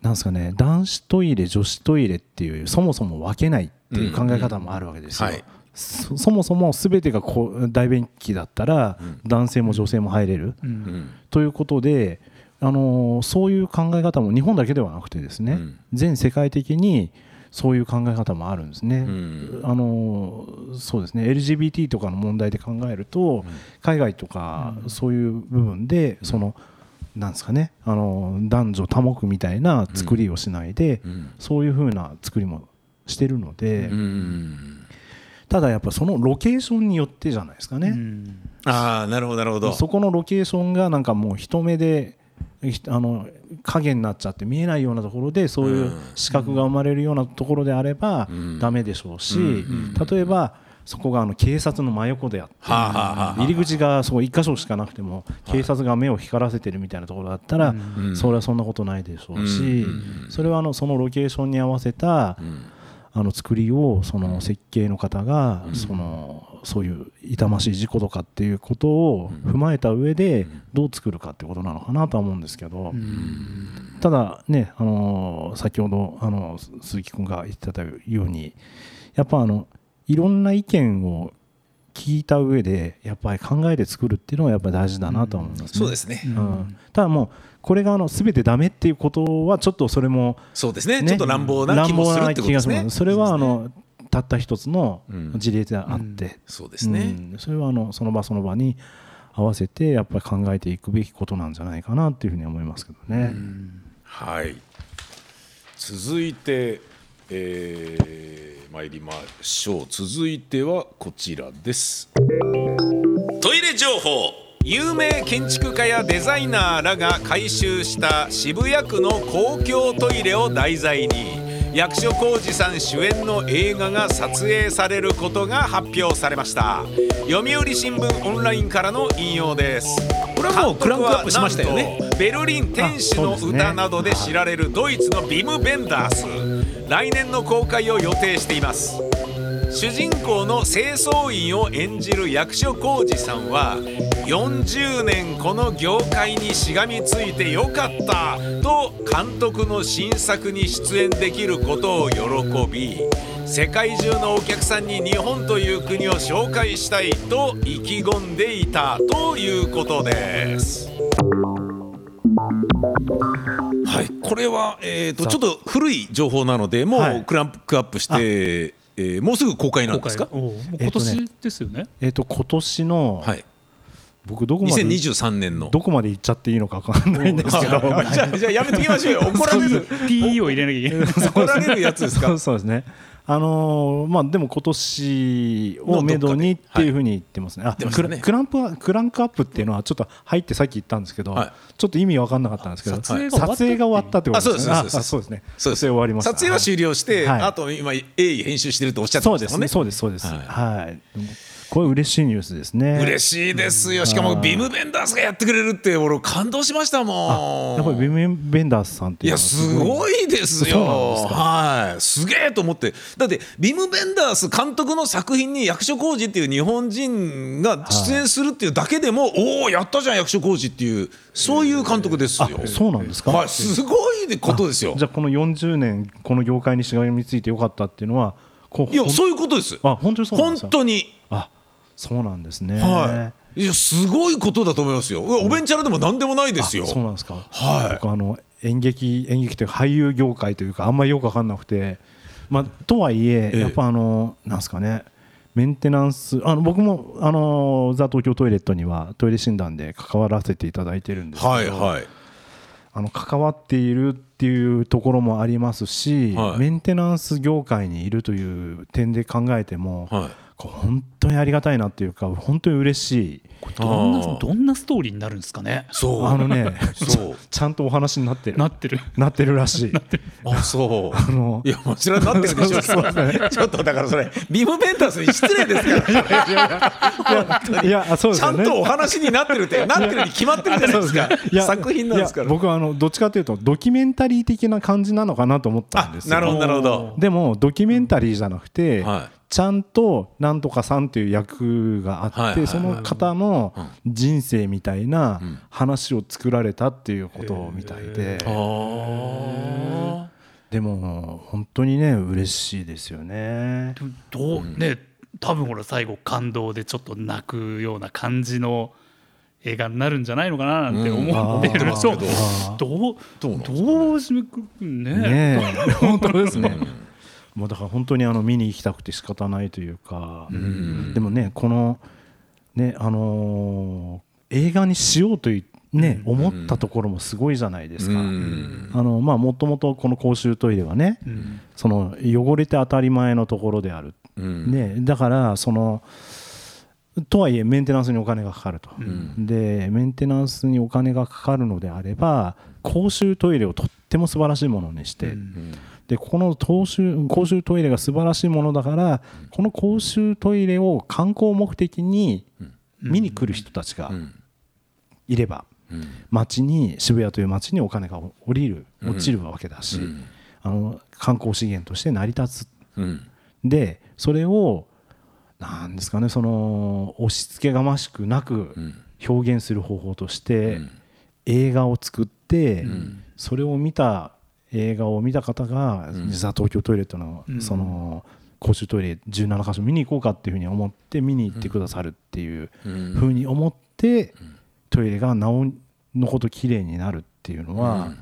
なんですかね男子トイレ女子トイレっていうそもそも分けないっていう考え方もあるわけですよ。うんうんはいそそもそも全てがこう大便器だったら男性も女性も入れる、うんうんということで、あのーそういう考え方も日本だけではなくてですね、うん全世界的にそういう考え方もあるんですね。んあのーそうですね LGBT とかの問題で考えると、海外とかそういう部分で、そのなんですかねあのー男女多目みたいな作りをしないで、うんそういうふうな作りもしてるので、うんただやっぱそのロケーションによってじゃないですかね。うんああなるほどなるほど。そこのロケーションがなんかもう人目でひあの影になっちゃって見えないようなところでそういう視覚が生まれるようなところであればんダメでしょうしうん例えばそこがあの警察の真横であってはあはあはあはあ入り口がそこ1箇所しかなくても警察が目を光らせてるみたいなところだったらんそれはそんなことないでしょううんしそれはあのそのロケーションに合わせたうんあの作りをその設計の方がそのそういう痛ましい事故とかっていうことを踏まえた上でどう作るかってことなのかなとは思うんですけどただねあの先ほどあの鈴木君が言ってたようにやっぱあのいろんな意見を聞いた上でやっぱり考えて作るっていうのはやっぱり大事だなとは思いますね。そうですね、うんただもうこれがあの全てダメっていうことはちょっとそれもそうですねちょっと乱暴な気もするってことで乱暴な気すがねしますそれはあのたった一つのうん事例であって、そうですね、うんそれはあのその場その場に合わせてやっぱり考えていくべきことなんじゃないかなっていうふうに思いますけどね。はい続いて、えー、参りましょう続いてはこちらですトイレ情報有名建築家やデザイナーらが改修した渋谷区の公共トイレを題材に役所広司さん主演の映画が撮影されることが発表されました読売新聞オンラインからの引用ですこれはもうクランクアップしましたよねベルリン天使の歌などで知られるドイツのビム・ベンダース来年の公開を予定しています主人公の清掃員を演じる役所広司さんは40年この業界にしがみついてよかったと監督の新作に出演できることを喜び世界中のお客さんに日本という国を紹介したいと意気込んでいたということです。はい、これは、えー、とちょっと古い情報なのでもはういクランクアップして、えーもうすぐ公開なんですか今回おうもうえ今っとね年ですよね。えっ、と今年の、はい僕どこまで2023年のどこまで行っちゃっていいのかわかんないんですけど。あじゃ あじゃあやめてきましょうよ怒ら れる P を入れなきゃいけ ない。怒られるやつですそかうそうですね。あのーまあでも今年をめどにっていうふうに言ってますね。あ、てましクたラねクランプはクランクアップっていうのはちょっと入ってさっき言ったんですけど、はいちょっと意味わかんなかったんですけど、撮影が終わった撮影が終わったってことですね。あそうですあそうですね。 そ撮う影です終わりました。撮影は終了して、はいあと今鋭意編集してるとおっしゃってそまうしでたすもんねね。そうですそうです。ははいい。でもこれ嬉しいニュースですね。嬉しいですよしかもビム・ベンダースがやってくれるって俺感動しましたもんやっぱりビムベンダースさんっていいうのやはすごいですよそうなんですかはいすげえと思ってだってビム・ベンダース監督の作品に役所広司っていう日本人が出演するっていうだけでも、おおやったじゃん役所広司っていうそういう監督ですよあそうなんですかはい、すごいことですよじゃあこの40年この業界にしがみついてよかったっていうのは、こういやそういうことですあ本当にそうなん本ですか当にあそうなんですね。はいいやすごいことだと思いますようわおべんちゃらでも何でもないですよあそうなんですか。はい僕あの演劇演劇というか俳優業界というかあんまりよくわかんなくて、まあとはいえええやっぱあのなんですかね。メンテナンスあの僕もあのザ東京トイレットにはトイレ診断で関わらせていただいてるんですけど、はいはいあの関わっているっていうところもありますし、はいメンテナンス業界にいるという点で考えても、はいこう本当にありがたいなっていうか本当に嬉しいどんあーなどんなストーリーになるんですかね。そうあのね そうちゃんとお話になってるなってる。なってるらしい。あそうのいやもちろんなってるで しょうけどちょっとだからそれビム・ベンタスに失礼ですからいや、あそうでちすよゃんね。とお話になってるってなってるに決まってるじゃないですか そうねいや作品なんですからいや僕はあのどっちかというとドキュメンタリー的な感じなのかなと思ったんあですよなるほどなるほどでもドキュメンタリーじゃなくて、はいちゃんとなんとかさんという役があって、はいはいその方の人生みたいな話を作られたっていうことみたいで、あでも本当にね嬉しいですよね。でもどうね多分ほら最後感動でちょっと泣くような感じの映画になるんじゃないのかななんて思ってると、どうどうなんですかねどうしめくねねえ 本当ですね。もうだから本当にあの見に行きたくて仕方ないというか、でもねこのねあのー映画にしようというね、思ったところもすごいじゃないですか。あのまあもともとこの公衆トイレはね、その汚れて当たり前のところである。ねだからそのとはいえメンテナンスにお金がかかると、でメンテナンスにお金がかかるのであれば公衆トイレをとっても素晴らしいものにして、でここの公衆公衆トイレが素晴らしいものだからこの公衆トイレを観光目的に見に来る人たちがいれば、街に渋谷という街にお金が降りる落ちるわけだし、あの観光資源として成り立つうんでそれをなんですかねその押し付けがましくなくうん表現する方法として、うん映画を作って、んそれを見た映画を見た方が、ん実は東京トイレっていうのは、うんその公衆トイレ17箇所見に行こうかっていうふうに思って見に行ってくださるっていううんふうに思って、トイレがなおのこと綺麗になるっていうのは、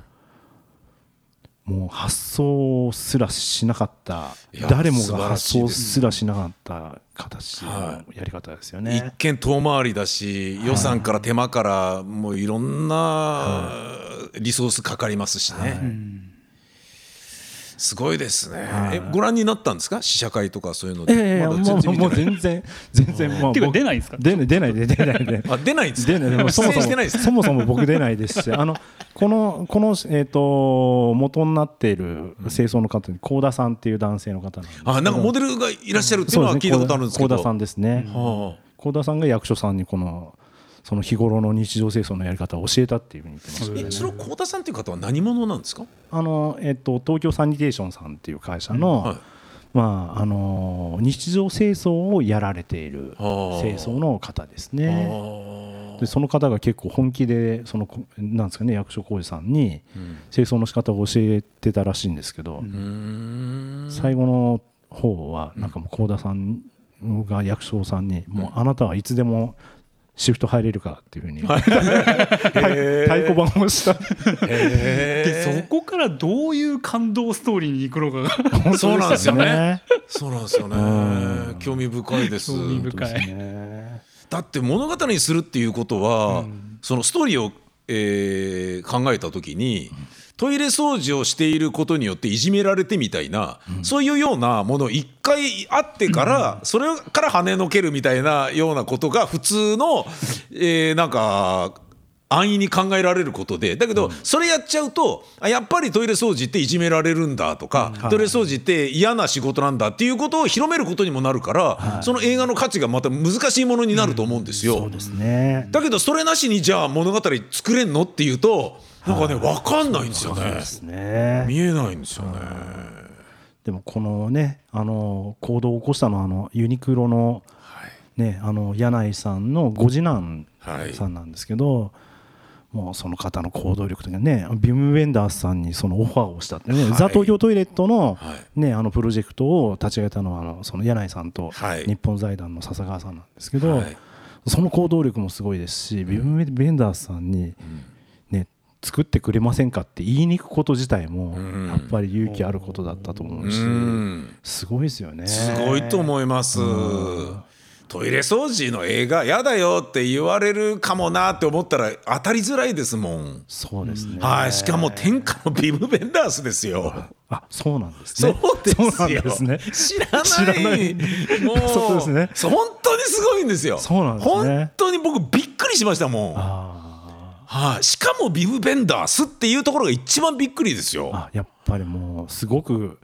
もう発想すらしなかったいや誰も素晴がら発しい想ですすらしなかった形のはやり方ですよ一ね。見遠回りだし予算から手間からもういろんなリソースかかりますしねすごいですねえご覧になったんですか試写会とかそういうのええでまだも全う然もう見て全ない然全然もうていうか僕出ないんですか出ない出ない出 ない出ないあ出ないんですか出ないでもそ出も演そしてないもですそもそも僕出ないですしあのこのこの、えー、と元になっている清掃の方に幸田さんっていう男性の方なんですあなんかモデルがいらっしゃるっていうのは聞いたことあるんですけど幸田さんですねはあ幸田さんが役所さんにこのその日頃の日常清掃のやり方を教えたっていうふうに言ってましたえそれ幸田さんっていう方は何者なんですかあの、えっと、東京サニテーションさんっていう会社の、はいまああの日常清掃をやられているはあ清掃の方ですあね。ーでその方が結構本気でそのこなんですかね役所広司さんに清掃の仕方を教えてたらしいんですけど、うーん最後の方はなんかもう幸田さんが役所さんに「もうあなたはいつでもシフト入れるから」っていうふう に、太鼓判をしたへでそこからどういう感動ストーリーに行くのかが ーそうなんですよね。ね。そうなんですよね。興味深いです。興味深本い当ですねだって物語にするっていうことは、そのストーリーを、えー考えた時にトイレ掃除をしていることによっていじめられてみたいな、そういうようなものを一回あってから、それから跳ねのけるみたいなようなことが普通の、えーなんか。安易に考えられることでだけどそれやっちゃうとあやっぱりトイレ掃除っていじめられるんだとか、トイレ掃除って嫌な仕事なんだっていうことを広めることにもなるから、その映画の価値がまた難しいものになると思うんですよ。そうですねだけどそれなしにじゃあ物語作れんのっていうとなんかね分かんないんですよね。ですね見えないんですよね。でもこのねあの行動を起こしたのはあのユニクロの,、ね、あの柳井さんのご次男はいさんなんですけど、もうその方の行動力というかねビム・ウェンダースさんにそのオファーをしたってね、はいザ・東京トイレットの,、はね、あのプロジェクトを立ち上げたのはあのその柳井さんとはい日本財団の笹川さんなんですけど、はいその行動力もすごいですし、ビム・ウェンダースさんに、ね、作ってくれませんかって言いに行くこと自体もうんやっぱり勇気あることだったと思うし。うんすごいですよね。すごいと思います。トイレ掃除の映画やだよって言われるかもなって思ったら当たりづらいですもん。そうですね。はい、しかも天下のビム・ベンダースですよ。あ、そうなんですそうね。ですよ。そうなんですね。知らない。知らないもうそうですねそう本当にすごいんですよ。そうなんですね本当に僕びっくりしましたもん。はあい、しかもビム・ベンダースっていうところが一番びっくりですーよ。あ、やっぱりもうすごく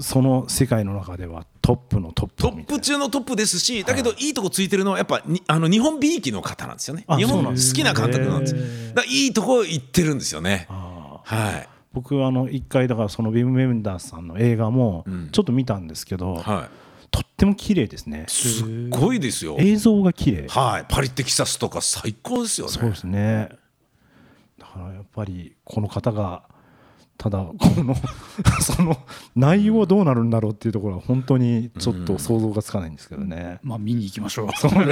その世界の中ではトップのトットプみッたいな。プ中のトップですし、だけどいいとこついてるのはやっぱにあの日本美意気の方なんですよね。あ日そう本な好んですきな監督なんですよへ。だからいいとこ行ってるんですよね。あーはい僕あの一回だからそのビム・メンダースさんの映画もうんちょっと見たんですけど、はとっても綺麗ですねい。。すっごいですよ。映像が綺麗。はい、パリテキサスとか最高ですよね。そうですね。だからやっぱりこの方がただ このその内容はどうなるんだろうっていうところは本当にちょっと想像がつかないんですけどね。まあ見に行きましょう見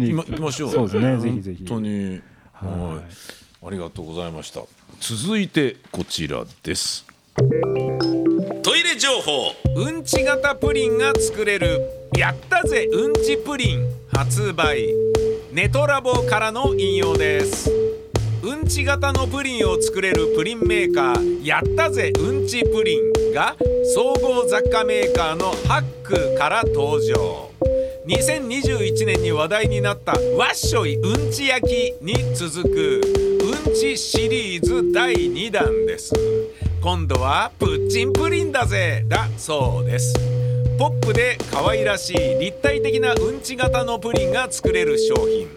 に行行きましょう。そうですね。ぜひぜひ。本当に。はい。ありがとうございました。続いてこちらです。トイレ情報。うんち型プリンが作れる。やったぜうんちプリン発売。ネトラボからの引用です。うんち型のプリンを作れるプリンメーカーやったぜうんちプリンが総合雑貨メーカーのハックから登場2021年に話題になったわっしょいうんち焼きに続くうんちシリーズ第2弾です今度はプッチンプリンだぜだそうですポップで可愛らしい立体的なうんち型のプリンが作れる商品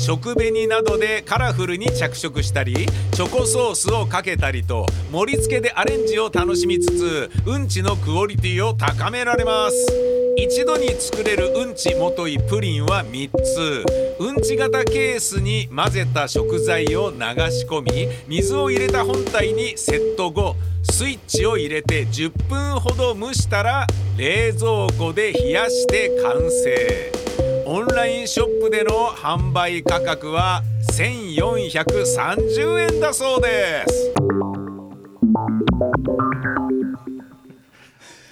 食紅などでカラフルに着色したりチョコソースをかけたりと盛り付けでアレンジを楽しみつつうんちのクオリティを高められます一度に作れるうんちもといプリンは3つうんち型ケースに混ぜた食材を流し込み水を入れた本体にセット後スイッチを入れて10分ほど蒸したら冷蔵庫で冷やして完成オンラインショップでの販売価格は1430円だそうです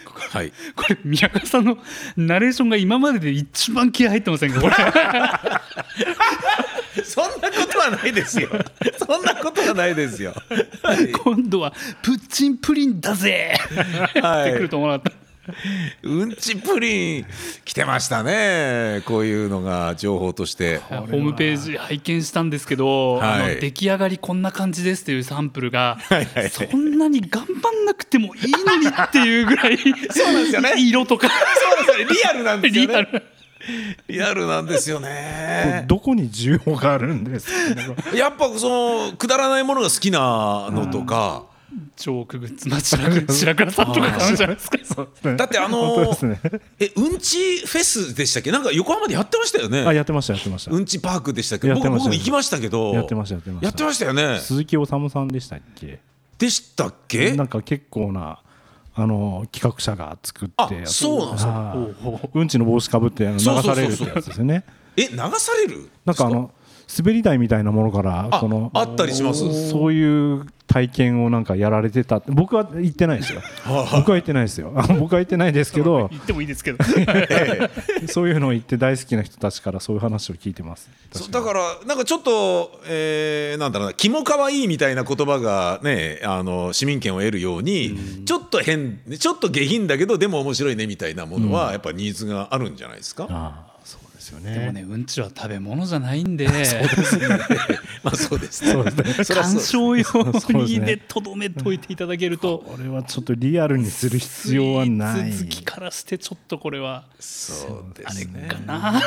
はいこれ宮川さんのナレーションが今までで一番気合入ってませんかこれ そんなことはないですよ。 そんなことはないですよ。はい今度はプッチンプリンだぜはってくるい、と思わなかったうんちプリン来てましたね。こういうのが情報として。ホームページ拝見したんですけど、はいあの出来上がりこんな感じですっていうサンプルが、いはいそんなに頑張んなくてもいいのにっていうぐらいそうなんですよね色とかそうですね。リアルなんですよリアね。ルリアルなんですよね。どこに需要があるんですかねやっぱそのくだらないものが好きなのとか。ジョークグッズな白倉白倉さんとか買うんじゃないですかだってあの本当ですねえうんちフェスでしたっけ？なんか横浜でやってましたよね。あやってましたやってました、うんちパークでしたっけ？やってま僕僕したも行きましたけど。やってましたやってましたやってましたよね。鈴木おさむさんでしたっけでしたっけ？なんか結構なあの企画者が作ってあやつそうなんですかはいおうおううんちの帽子かぶってあの流そうそさうそうそうれるってやつですよねえ流される？なんかあの滑り台みたいなものからあこのあったりします。そういう体験をなんかやられてたって僕は言ってないですよ僕は言ってないですよあの僕は言ってないですけど言ってもいいですけどそういうのを言って大好きな人たちからそういう話を聞いてますそうだからなんかちょっと、えーなんだろうな「キモかわいい」みたいな言葉がねあの市民権を得るように、ちょっと変ちょっと下品だけどでも面白いねみたいなものは、やっぱニーズがあるんじゃないですか。ああそうですよでねもねうんちは食べ物じゃないんでまあそうですね。そうですねそりゃそう鑑です賞用そうですにねでとどめといていただけるとこれはちょっとリアルにする必要はないスイーツ好きからしてちょっとこれはそうですね。かな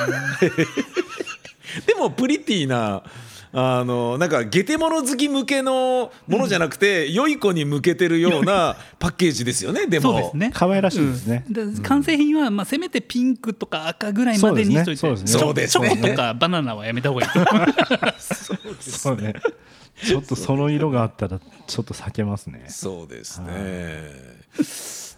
でもプリティなあのなんか下手者好き向けのものじゃなくて、良い子に向けてるようなパッケージで すよねでもそうですね可愛らしいですねうんで完成品はまあせめてピンクとか赤ぐらいまでにしといてそうですねちょそうですねチョコとかバナナはやめた方がいいと思うそうね ちょっとその色があったらちょっと避けますねそうですね。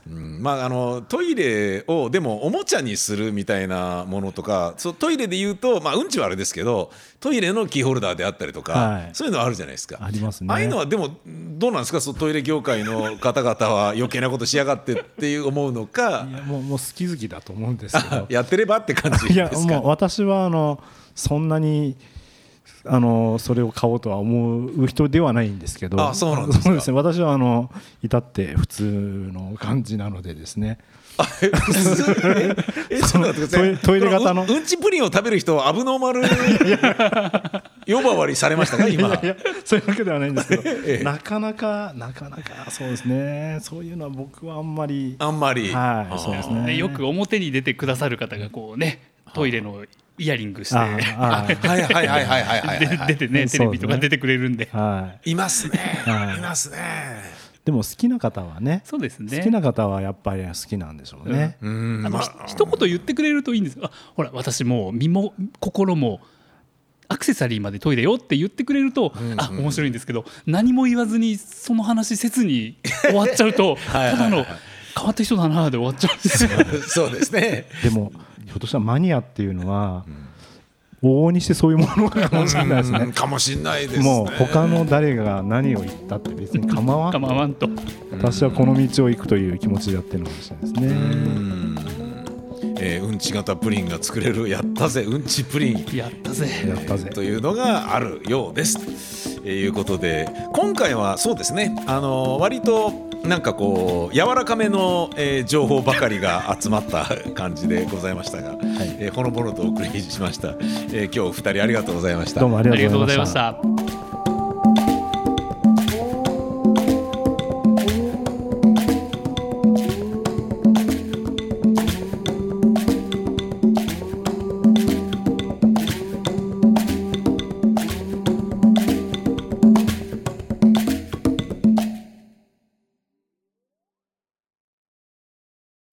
うん、まああのトイレをでもおもちゃにするみたいなものとかそうトイレで言うと、まあ、うんちはあれですけどトイレのキーホルダーであったりとか、はいそういうのあるじゃないですかありますねああいうのはでもどうなんですかそうトイレ業界の方々は余計なことしやがってっていう思うのかいやもうもう好き好きだと思うんですけどやってればって感じいやですかもう私はあのそんなにあのそれを買おうとは思う人ではないんですけどあそうなんですかそうね私はあの至って普通の感じなのでですね あえ普通ええちょっと待ってくだトさいイレトイレ型のこうんうんちプリンを食べる人はアブノーマル 呼ばわりされましたか今いやいやそういうわけではないんですけど、 ええなかなかなかなかそうですねそういうのは僕はあんまりあんまり。はいそうですねでよく表に出てくださる方がこうねトイレのイヤリングしてあ ああはいはいはいはいはいはいはい、ではい。出てねテレビとそうですかね出てくれるんであはいいますね。はいいますね。でも好きな方はねそうですね好きな方はやっぱり好きなんでしょうね、うんあのまひ一言言ってくれるといいんですよあほら私もう身も心もアクセサリーまで研いでよって言ってくれると、あ面白いんですけど何も言わずにその話せずに終わっちゃうといはいはいただの変わった人だなで終わっちゃうんですよ。そうですね。でもひょっとしたらマニアっていうのは、往々にしてそういうものかもしれないですね、うんかもしれないですね。もう他の誰が何を言ったって別に構わん構わんと私はこの道を行くという気持ちでやってるのかもしれないですねえーうんち型プリンが作れるやったぜうんちプリン。やったぜ。やったぜというのがあるようです。ということで今回はそうですねあの割となんかこう柔らかめの、えー情報ばかりが集まった感じでございましたが、えーほのぼのとお送りしました、えー今日お二人ありがとうございましたどうもありありががとうとうごござざいいままししたた。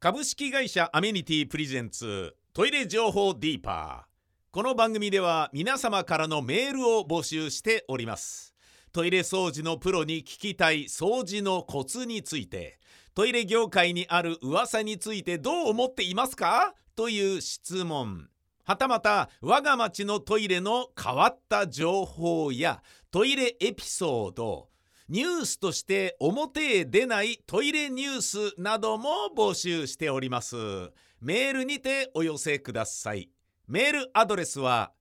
株式会社アメニティプレゼンツトイレ情報ディーパーこの番組では皆様からのメールを募集しておりますトイレ掃除のプロに聞きたい掃除のコツについてトイレ業界にある噂についてどう思っていますかという質問はたまた我が町のトイレの変わった情報やトイレエピソードニュースとして表へ出ないトイレニュースなども募集しておりますメールにてお寄せくださいメールアドレスは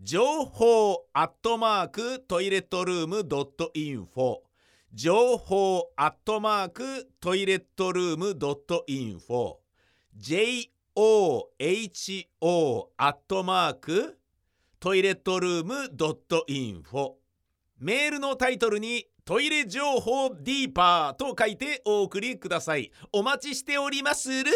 情報アットマークトイレットルームドットインフォ情報アットマークトイレットルームドットインフォ JOHO アットマークトイレットルームドットインフォメールのタイトルにトイレ情報ディーパーと書いてお送りくださいお待ちしておりまする